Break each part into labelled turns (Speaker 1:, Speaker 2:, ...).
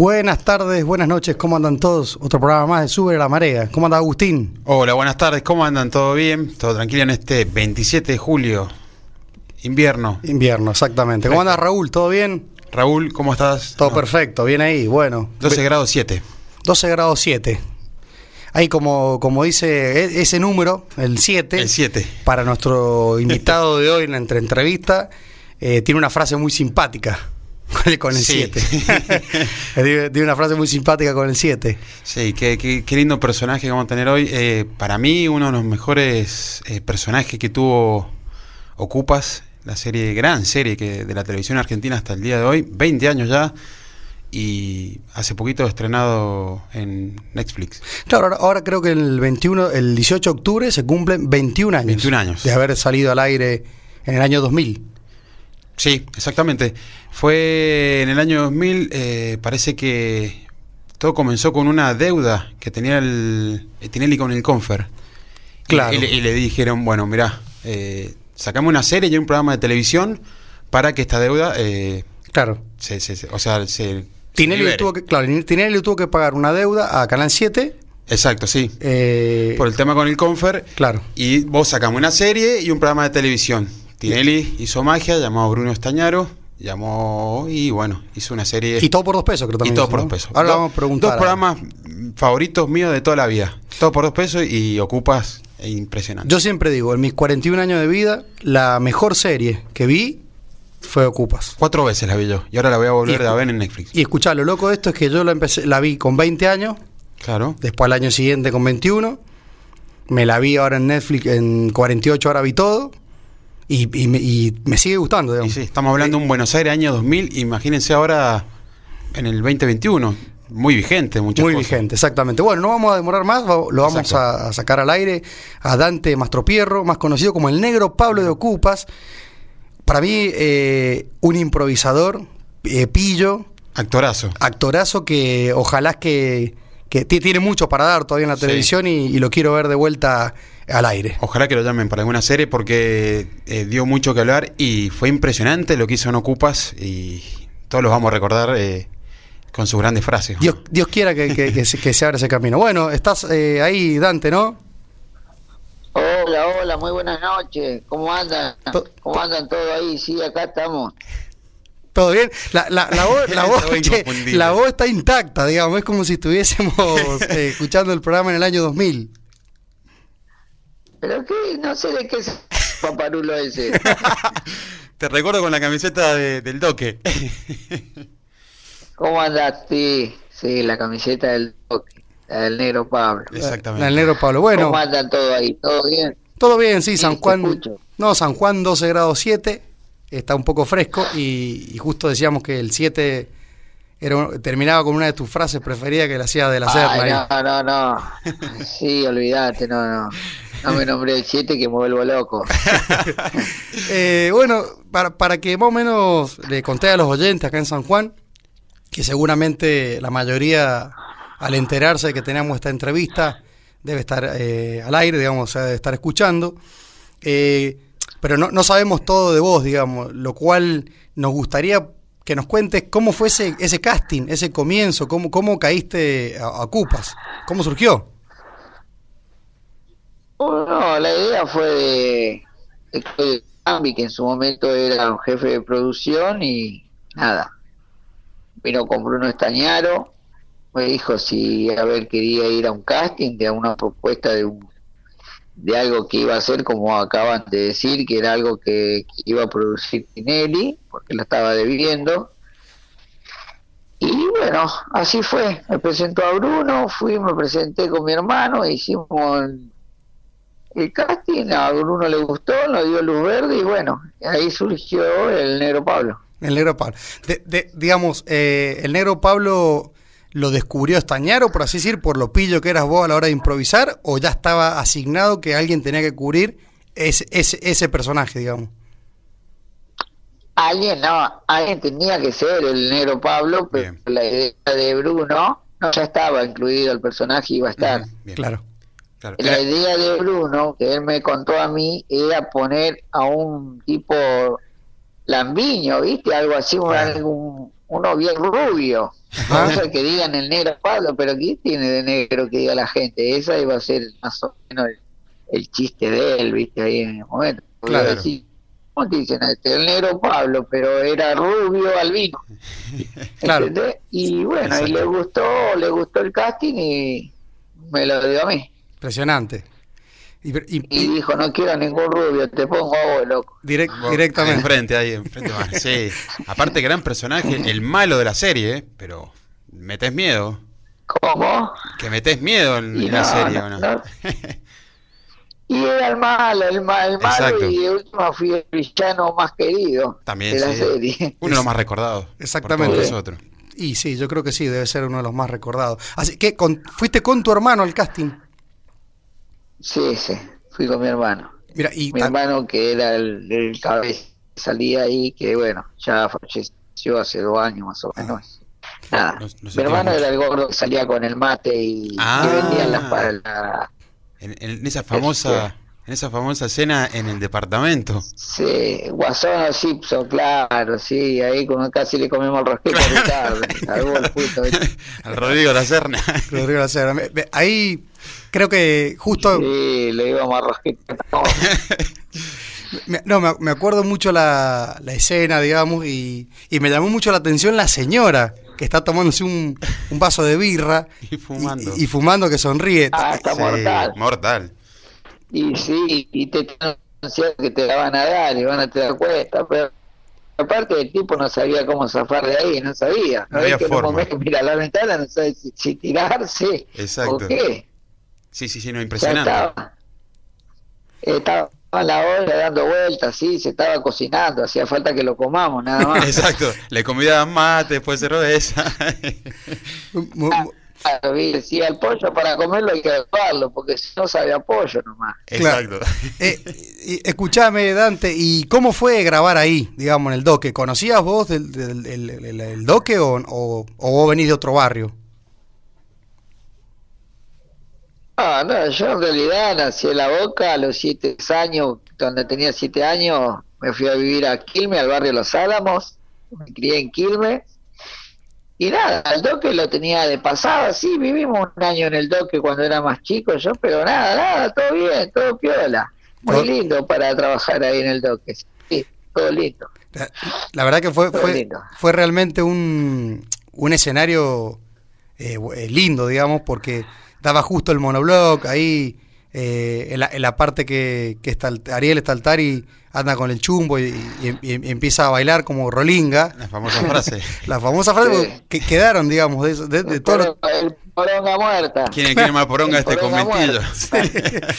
Speaker 1: Buenas tardes, buenas noches, ¿cómo andan todos? Otro programa más de Sube la Marea. ¿Cómo anda Agustín?
Speaker 2: Hola, buenas tardes, ¿cómo andan? ¿Todo bien? ¿Todo tranquilo en este 27 de julio? Invierno.
Speaker 1: Invierno, exactamente. ¿Cómo anda Raúl? ¿Todo bien?
Speaker 2: Raúl, ¿cómo estás?
Speaker 1: Todo
Speaker 2: No,
Speaker 1: perfecto, bien ahí, bueno.
Speaker 2: 12 grados 7.
Speaker 1: 12 grados 7. Ahí como, como dice e- ese número, el 7,
Speaker 2: El 7.
Speaker 1: para nuestro invitado de hoy en la entre- entrevista, eh, tiene una frase muy simpática con el- con el
Speaker 2: Sí.
Speaker 1: 7. tiene tiene una frase muy simpática con el 7.
Speaker 2: Sí, qué, qué- qué lindo personaje que vamos a tener hoy. Eh, para mí, uno de los mejores eh, personajes que tuvo Ocupas, la serie, gran serie que de la televisión argentina hasta el día de hoy, 20 años ya, y hace poquito estrenado en Netflix.
Speaker 1: Claro, ahora, ahora creo que el 21, el 18 de octubre se cumplen 21 años.
Speaker 2: 21 años.
Speaker 1: De haber salido al aire en el año 2000.
Speaker 2: Sí, exactamente. Fue en el año 2000, eh, parece que todo comenzó con una deuda que tenía el Tinelli con el Confer. Y-
Speaker 1: Claro.
Speaker 2: Y, le, y le dijeron, bueno, mirá, eh, sacame una serie y un programa de televisión para que esta deuda eh,
Speaker 1: Claro.
Speaker 2: se, se- se- o sea, se
Speaker 1: Tinelli
Speaker 2: libere.
Speaker 1: le, tuvo que, claro, Tinelli le tuvo que pagar una deuda a Canal 7.
Speaker 2: Exacto, sí.
Speaker 1: eh,
Speaker 2: Por el tema con el Confer.
Speaker 1: Claro.
Speaker 2: Y vos sacamos una serie y un programa de televisión. Tinelli hizo magia, llamó a Bruno Estañaro, llamó y bueno, hizo una serie.
Speaker 1: Y todo por dos pesos, creo también.
Speaker 2: y todo
Speaker 1: ¿no?
Speaker 2: por dos pesos.
Speaker 1: Ahora
Speaker 2: Do-
Speaker 1: vamos a preguntar.
Speaker 2: Dos programas favoritos míos de toda la vida. Todo por dos pesos y ocupas e impresionante.
Speaker 1: Yo siempre digo, en mis 41 años de vida, la mejor serie que vi fue Ocupas.
Speaker 2: Cuatro veces la vi yo y ahora la voy a volver
Speaker 1: Y-
Speaker 2: a ver en Netflix.
Speaker 1: Y escuchá, lo loco de esto es que yo la, empecé, la vi con 20 años,
Speaker 2: claro.
Speaker 1: después al año siguiente con 21, me la vi ahora en Netflix, en 48 ahora vi todo, y, y me, y me sigue gustando,
Speaker 2: Y
Speaker 1: digamos.
Speaker 2: sí, estamos hablando de un Buenos Aires año 2000, imagínense ahora en el 2021. Muy vigente, muchas
Speaker 1: Muy
Speaker 2: cosas.
Speaker 1: vigente, exactamente. Bueno, no vamos a demorar más, va- lo vamos
Speaker 2: Exacto.
Speaker 1: a, a sacar al aire a Dante Mastropierro, más conocido como el negro Pablo de Ocupas. Para mí, eh, un improvisador, eh, pillo,
Speaker 2: Actorazo.
Speaker 1: actorazo que ojalá que, que ti- tiene mucho para dar todavía en la
Speaker 2: Sí.
Speaker 1: televisión y, y lo quiero ver de vuelta al aire.
Speaker 2: Ojalá que lo llamen para alguna serie porque eh, dio mucho que hablar y fue impresionante lo que hizo en Ocupas y todos los vamos a recordar eh, con sus grandes frases.
Speaker 1: Dios, Dios quiera que, que- que se, que se abra ese camino. Bueno, estás eh, ahí, Dante, ¿no?
Speaker 3: Hola, hola, muy buenas noches. ¿Cómo andan?
Speaker 1: To-
Speaker 3: ¿Cómo andan todos ahí? Sí, acá estamos.
Speaker 1: ¿Todo bien? La, la- la voz, la, voz,
Speaker 2: Estaba
Speaker 1: che,
Speaker 2: inconfundible.
Speaker 1: la voz está intacta, digamos. Es como si estuviésemos eh, escuchando el programa en el año 2000.
Speaker 3: Pero qué, no sé de qué es paparulo ese.
Speaker 2: Te recuerdo con la camiseta de- del doque.
Speaker 3: ¿Cómo andas? Sí, sí, la camiseta del toque, la del negro Pablo.
Speaker 2: Exactamente.
Speaker 1: El negro Pablo. Bueno,
Speaker 3: ¿Cómo andan todos ahí? ¿Todo bien?
Speaker 1: todo bien, sí,
Speaker 3: Sí,
Speaker 1: San
Speaker 3: te
Speaker 1: Juan.
Speaker 3: escucho.
Speaker 1: No, San Juan 12 grados 7. Está un poco fresco y, y justo decíamos que el 7 era un- terminaba con una de tus frases preferidas que la hacía
Speaker 3: Ah,
Speaker 1: de la Serna.
Speaker 3: Ay,
Speaker 1: ahí.
Speaker 3: no, no, no. Sí, olvídate, no, no. No me nombré el 7 que me vuelvo loco.
Speaker 1: Eh, bueno, para, para que más o menos le conté a los oyentes acá en San Juan, que seguramente la mayoría al enterarse de que tenemos esta entrevista debe estar eh, al aire, digamos, o sea, debe estar escuchando. Eh, pero no, no sabemos todo de vos, digamos, lo cual nos gustaría que nos cuentes cómo fue ese, ese casting, ese comienzo, cómo, cómo caíste a, a Cupas, cómo surgió.
Speaker 3: Bueno, la idea fue de, de que Cambi, que en su momento era un jefe de producción, y nada. Vino con Bruno Estañaro, me dijo si a ver quería ir a un casting de una propuesta de un de algo que iba a hacer, como acaban de decir, que era algo que, que iba a producir Tinelli, porque lo estaba debiendo. Y bueno, así fue. Me presentó a Bruno, fui, me presenté con mi hermano, hicimos el- el casting, a Bruno le gustó, nos dio luz verde y bueno, ahí surgió el negro Pablo.
Speaker 1: El negro Pablo. De- de- digamos, eh, el negro Pablo lo descubrió Estañaro, por así decir, por lo pillo que eras vos a la hora de improvisar, o ya estaba asignado que alguien tenía que cubrir ese, ese, ese personaje, digamos.
Speaker 3: Alguien no, alguien tenía que ser el negro Pablo, pero
Speaker 2: Bien.
Speaker 3: la idea de Bruno no, ya estaba incluido el personaje, iba a estar.
Speaker 2: Bien,
Speaker 1: Claro.
Speaker 2: claro.
Speaker 3: La
Speaker 2: Era-
Speaker 3: idea de Bruno, que él me contó a mí, era poner a un tipo lambiño, ¿viste? Algo así, un,
Speaker 2: Claro.
Speaker 3: algún- uno bien rubio.
Speaker 1: Ajá.
Speaker 3: No sé que digan el negro Pablo, pero ¿qué tiene de negro que diga la gente? Esa iba a ser más o menos el, el chiste de él, ¿viste? Ahí en el momento. Porque
Speaker 1: Claro.
Speaker 3: iba a decir, ¿Cómo te dicen? a este? El negro Pablo, pero era rubio albino.
Speaker 1: Claro.
Speaker 3: ¿entendés? Y bueno, y le gustó, le gustó el casting y me lo dio a mí.
Speaker 1: Impresionante. Y, y-
Speaker 3: Y dijo, no quiero ningún rubio, te pongo a vos, loco.
Speaker 1: direct-
Speaker 2: Vos, ahí
Speaker 1: directamente.
Speaker 2: Enfrente, ahí enfrente. bueno, sí. Aparte, gran personaje, el malo de la serie, ¿eh? pero metes miedo.
Speaker 3: ¿Cómo?
Speaker 2: Que metes miedo en,
Speaker 3: Y
Speaker 2: en la
Speaker 3: no,
Speaker 2: serie,
Speaker 3: no,
Speaker 2: ¿o no?
Speaker 3: no. Y era el malo, el malo, el malo,
Speaker 2: Exacto.
Speaker 3: y de última fui el villano más querido
Speaker 2: También,
Speaker 3: de la
Speaker 2: sí.
Speaker 3: serie.
Speaker 2: Uno de los más recordados. por
Speaker 1: Exactamente.
Speaker 2: todos nosotros.
Speaker 1: Y sí, yo creo que sí, debe ser uno de los más recordados. Así que con- fuiste con tu hermano al casting.
Speaker 3: Sí, sí, fui con mi hermano.
Speaker 1: Mira, y
Speaker 3: Mi
Speaker 1: ta-
Speaker 3: hermano que era el, el cabeza, salía ahí, que bueno, ya falleció hace dos años más o menos. Nada.
Speaker 2: Ah. No- no se
Speaker 3: mi
Speaker 2: tiene
Speaker 3: hermano
Speaker 2: mucho.
Speaker 3: era el gordo que salía con el mate y, y
Speaker 2: Ah.
Speaker 3: vendían las para la-
Speaker 2: En, en esa famosa, en esa famosa escena en el departamento.
Speaker 3: Sí, Guasón o Simpson, claro, sí, ahí como casi le comemos el rosquete a Ricardo, al gol, puto, ¿viste?
Speaker 2: Al Rodrigo La Serna.
Speaker 1: Rodrigo La Serna. Me- me- Ahí creo que justo.
Speaker 3: Sí, le íbamos a rosquete.
Speaker 1: me- no, me, me acuerdo mucho la, la escena, digamos, y, y me llamó mucho la atención la señora que está tomándose un, un vaso de birra
Speaker 2: Y fumando.
Speaker 1: y, y fumando que sonríe.
Speaker 3: Ah, está
Speaker 2: Sí,
Speaker 3: mortal.
Speaker 2: Mortal.
Speaker 3: Y sí, y te tienen anunciado que te la van a dar y van a te dar cuenta, pero aparte el tipo no sabía cómo zafar de ahí, no sabía.
Speaker 2: No había
Speaker 3: Es que en un
Speaker 2: forma.
Speaker 3: momento mira la ventana, no sabe si, si tirarse
Speaker 2: Exacto.
Speaker 3: o qué.
Speaker 2: Sí, sí, sí, no,
Speaker 3: Ya
Speaker 2: impresionante.
Speaker 3: estaba. Estaba a la hora dando vueltas, sí, se estaba cocinando, hacía falta que lo comamos, nada más.
Speaker 2: Exacto. Le convidaban mate, después cerveza.
Speaker 1: Mu- mu-
Speaker 3: Claro, Ah, vi, decía el pollo para comerlo hay que agarrarlo, porque si no sabe a pollo nomás.
Speaker 1: Claro.
Speaker 2: Exacto.
Speaker 1: Eh, y- y- escuchame, Dante, ¿y cómo fue grabar ahí, digamos, en el doque? ¿Conocías vos del, del- el- el- el doque o, o- o vos venís de otro barrio?
Speaker 3: Ah, no, yo en realidad nací en La Boca a los siete años, cuando tenía siete años me fui a vivir a Quilmes, al barrio Los Álamos, me crié en Quilmes y nada, el doque lo tenía de pasada, sí, vivimos un año en el doque cuando era más chico yo, pero nada, nada, todo bien, todo piola,
Speaker 1: Todo-
Speaker 3: muy lindo para trabajar ahí en el doque, sí, todo lindo.
Speaker 1: La, la verdad que fue,
Speaker 3: Fue
Speaker 1: fue,
Speaker 3: lindo.
Speaker 1: fue realmente un, un escenario eh, bu- eh, lindo, digamos, porque daba justo el monobloc ahí, eh, en, la, en la parte que, que Stal- Ariel Staltari anda con el chumbo y, y- y- y empieza a bailar como rolinga.
Speaker 2: La famosa frase.
Speaker 1: La famosa frase
Speaker 3: Sí.
Speaker 1: que quedaron, digamos, de, eso- de, de todo lo-
Speaker 3: El poronga muerta.
Speaker 1: eh,
Speaker 2: ¿Quién quiere más poronga este
Speaker 3: Poronga
Speaker 2: conventillo?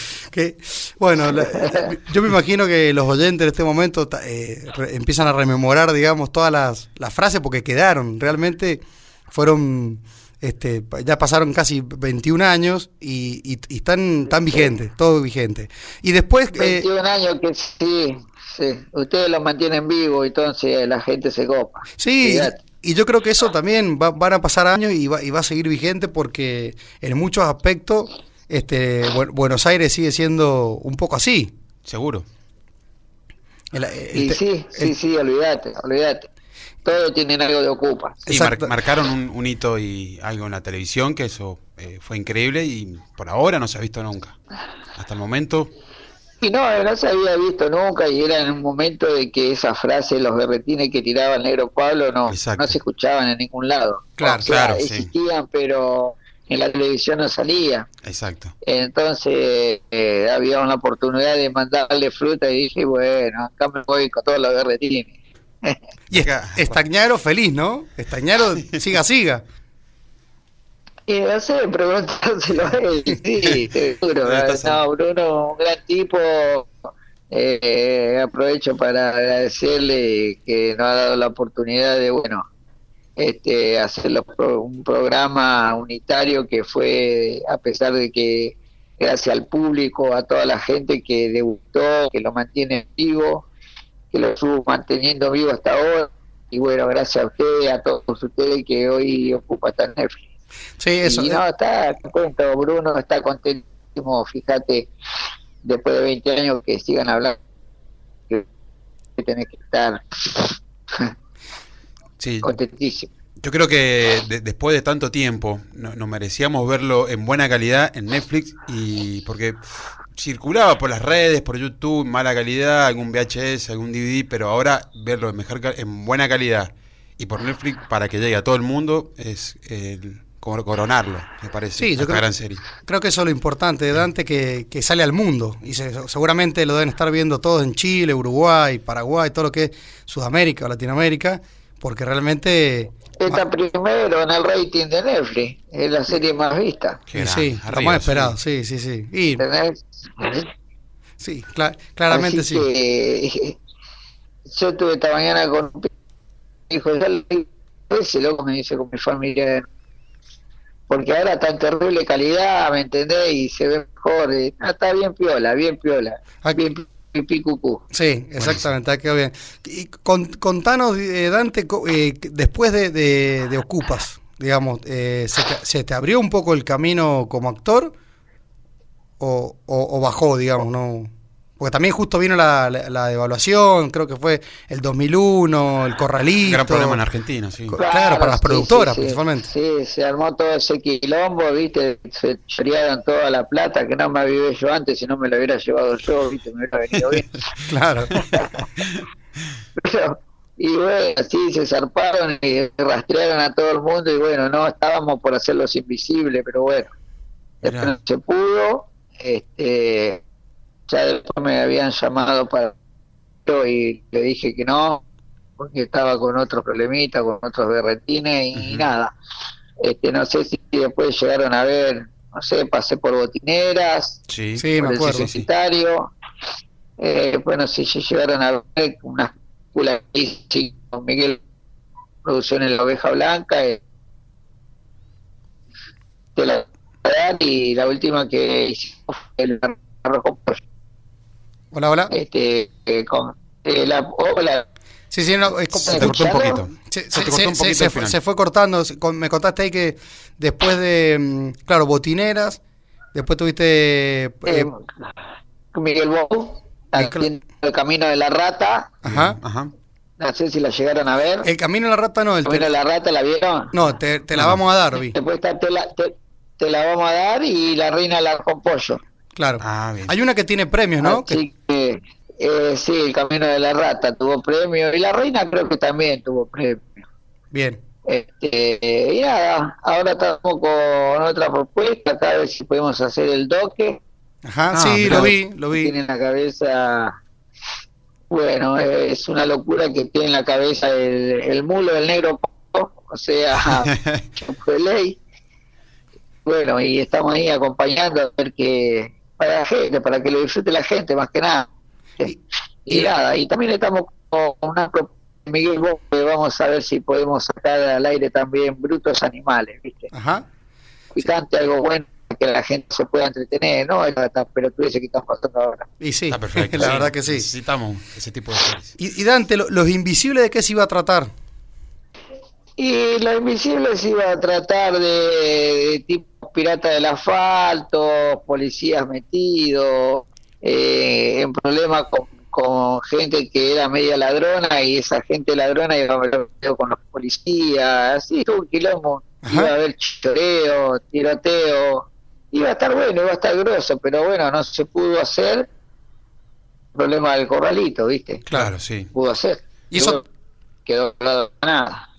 Speaker 1: que, bueno, la- yo me imagino que los oyentes en este momento ta- eh, re- empiezan a rememorar, digamos, todas las, las frases porque quedaron, realmente fueron, este, pa- ya pasaron casi 21 años y, y- y están tan vigentes, todo vigente. Y después, eh,
Speaker 3: 21 años que sí, sí, ustedes lo mantienen vivo, entonces la gente se copa.
Speaker 1: sí,
Speaker 3: Fíjate.
Speaker 1: y yo creo que eso también va- van a pasar años y va, y va a seguir vigente porque en muchos aspectos este, Bu- Buenos Aires sigue siendo un poco así.
Speaker 2: Seguro.
Speaker 1: El- el
Speaker 3: Y
Speaker 2: Este,
Speaker 1: te-
Speaker 3: sí,
Speaker 1: el-
Speaker 3: sí, sí, olvídate, olvídate. Todos tienen algo de ocupa.
Speaker 2: Y mar-
Speaker 1: Exacto.
Speaker 2: marcaron un, un hito y algo en la televisión que eso eh, fue increíble y por ahora no se ha visto nunca. Hasta el momento,
Speaker 3: Y no, no se había visto nunca y era en un momento de que esa frase, los berretines que tiraba el negro Pablo, no,
Speaker 2: Exacto.
Speaker 3: no se escuchaban en ningún lado.
Speaker 1: Claro,
Speaker 3: O sea,
Speaker 2: claro, sí.
Speaker 3: Existían, pero en la televisión no salía.
Speaker 2: exacto.
Speaker 3: Entonces eh, había una oportunidad de mandarle fruta y dije, bueno, acá me voy con todos los berretines.
Speaker 1: Y est-
Speaker 2: Acá.
Speaker 1: Estañaro feliz, ¿no? Estañaro siga, siga.
Speaker 3: Y no sé, preguntárselo a él, sí, seguro. ¿eh?
Speaker 2: Ya está
Speaker 3: No, Bruno, un gran tipo. Eh, eh, aprovecho para agradecerle que nos ha dado la oportunidad de, bueno, este, hacer los pro- un programa unitario que fue, a pesar de que, gracias al público, a toda la gente que le gustó, que lo mantiene vivo, que lo estuvo manteniendo vivo hasta ahora. Y bueno, gracias a ustedes, a todos ustedes que hoy ocupa esta Netflix.
Speaker 1: Sí, eso. eh.
Speaker 3: Y no, está contento, Bruno está contentísimo, fíjate, después de 20 años que sigan hablando, que, que tenés que estar.
Speaker 2: Sí.
Speaker 3: Contentísimo.
Speaker 2: Yo creo que de- después de tanto tiempo no- nos merecíamos verlo en buena calidad en Netflix y porque circulaba por las redes, por YouTube, mala calidad, algún VHS, algún DVD, pero ahora verlo en mejor cal- en buena calidad y por Netflix para que llegue a todo el mundo es el cor- coronarlo, me parece.
Speaker 1: Sí, yo
Speaker 2: esta
Speaker 1: creo-
Speaker 2: gran serie.
Speaker 1: Creo que eso es lo importante de Dante, que, que sale al mundo. Y se- seguramente lo deben estar viendo todos en Chile, Uruguay, Paraguay, todo lo que es Sudamérica o Latinoamérica, porque realmente...
Speaker 3: Está primero en el rating de Netflix, es la serie más vista.
Speaker 2: Qué
Speaker 1: y
Speaker 2: gran,
Speaker 1: sí, lo
Speaker 2: arriba,
Speaker 1: más
Speaker 2: sí.
Speaker 1: esperado, sí, sí, sí. Y
Speaker 3: ¿Entendés?
Speaker 1: sí, cla- claramente
Speaker 3: Así
Speaker 1: sí.
Speaker 3: que, eh, yo tuve esta mañana con un pi- hijo ya lo vi dos veces, loco me dice con mi familia porque ahora tan terrible calidad me entendés y se ve mejor eh, ah, está bien piola bien piola
Speaker 1: Ah,
Speaker 3: bien pipí cucú
Speaker 1: Sí, exactamente, ha quedado bien. Y con- contanos, eh, Dante, co- eh, que después de, de- de Ocupas, digamos, eh, ¿se, te, se te abrió un poco el camino como actor o, o- o bajó, digamos, no? Porque también justo vino la, la- la devaluación, creo que fue el 2001, el corralito.
Speaker 2: Gran problema en Argentina, sí.
Speaker 1: Co- Claro, para las productoras, principalmente.
Speaker 3: Sí, se armó todo ese quilombo, viste, se chorearon toda la plata, que no me avivé yo antes, si no me lo hubiera llevado yo, viste, me hubiera venido bien.
Speaker 1: Claro.
Speaker 3: Pero, y bueno, así se zarparon y rastrearon a todo el mundo y bueno, no estábamos por hacerlos invisibles, pero bueno, después
Speaker 2: Mirá.
Speaker 3: no se pudo, este, ya después me habían llamado para y le dije que no, porque estaba con otros problemitas, con otros berretines y
Speaker 2: Ujú.
Speaker 3: nada. Este, no sé si después llegaron a ver, no sé, pasé por botineras,
Speaker 2: Sí.
Speaker 1: Sí, me
Speaker 3: por
Speaker 1: acuerdo.
Speaker 3: el secretario. Eh, bueno, si se llegaron a ver una película que hice con Miguel Producciones La Oveja Blanca, eh, te la voy a dar, y la última que hicimos fue el arroz con pollo.
Speaker 1: Hola, hola.
Speaker 3: Este, eh, con, eh, la, oh, la-
Speaker 1: Sí, sí, no, es como-
Speaker 2: Se te cortó un poquito.
Speaker 1: Se,
Speaker 2: Se
Speaker 1: se-
Speaker 2: te cortó
Speaker 1: se-
Speaker 2: un poquito
Speaker 1: se-
Speaker 2: al
Speaker 1: se-
Speaker 2: final.
Speaker 1: se fue cortando. se- con- Me contaste ahí que después de, mm, claro, botineras, después tuviste... eh,
Speaker 3: eh, Miguel Bou, haciendo el camino de la rata,
Speaker 1: ajá.
Speaker 2: Ajá.
Speaker 3: no sé si la llegaron a ver. El
Speaker 1: El camino a la rata no, el
Speaker 3: camino
Speaker 1: te,
Speaker 3: de la rata, ¿la vieron?
Speaker 1: no, te, te la
Speaker 2: No.
Speaker 1: vamos a dar, vi.
Speaker 3: Después está te la, te, te la vamos a dar y la reina del arco pollo.
Speaker 1: Claro.
Speaker 2: Ah, bien.
Speaker 1: Hay una que tiene premios, ¿no? Que-
Speaker 3: Así que, eh, sí, el camino de la rata tuvo premio y la reina creo que también tuvo premio.
Speaker 1: bien.
Speaker 3: Este, y nada, ahora estamos con otra propuesta, acá a ver si podemos hacer el doque.
Speaker 1: Ajá,
Speaker 2: Ah,
Speaker 1: sí,
Speaker 2: mirá.
Speaker 1: lo vi, lo
Speaker 3: que
Speaker 1: vi.
Speaker 3: Tiene en la cabeza, bueno, eh, es una locura que tiene en la cabeza el, el mulo del negro, Coco, o sea, ley. Bueno, y estamos ahí acompañando a ver que para la gente, para que lo disfrute la gente más que nada. Y,
Speaker 1: y-
Speaker 3: nada, y también estamos con una propuesta de Miguel Bosque, vamos a ver si podemos sacar al aire también brutos animales, ¿viste?
Speaker 1: Ajá.
Speaker 3: Picante, algo bueno para que la gente se pueda entretener, ¿no? Pero tú dices que están pasando ahora.
Speaker 1: Y sí,
Speaker 2: Está Ah, perfecto.
Speaker 1: la
Speaker 2: sí.
Speaker 1: verdad que sí.
Speaker 2: Necesitamos ese tipo de series.
Speaker 1: Y, y Dante, lo- ¿los invisibles de qué se iba a tratar?
Speaker 3: Y lo invisible se iba a tratar de, de tipos piratas del asfalto, policías metidos, eh, en problemas con, con gente que era media ladrona y esa gente ladrona iba a haber peleado con los policías, así todo un quilombo.
Speaker 1: Ajá.
Speaker 3: Iba a haber choreo, tiroteo. Iba a estar bueno, iba a estar grosso, pero bueno, no se pudo hacer. Problema del corralito, ¿viste?
Speaker 2: Claro, sí.
Speaker 3: Pudo hacer.
Speaker 1: Y eso-
Speaker 3: Quedó quedó nada.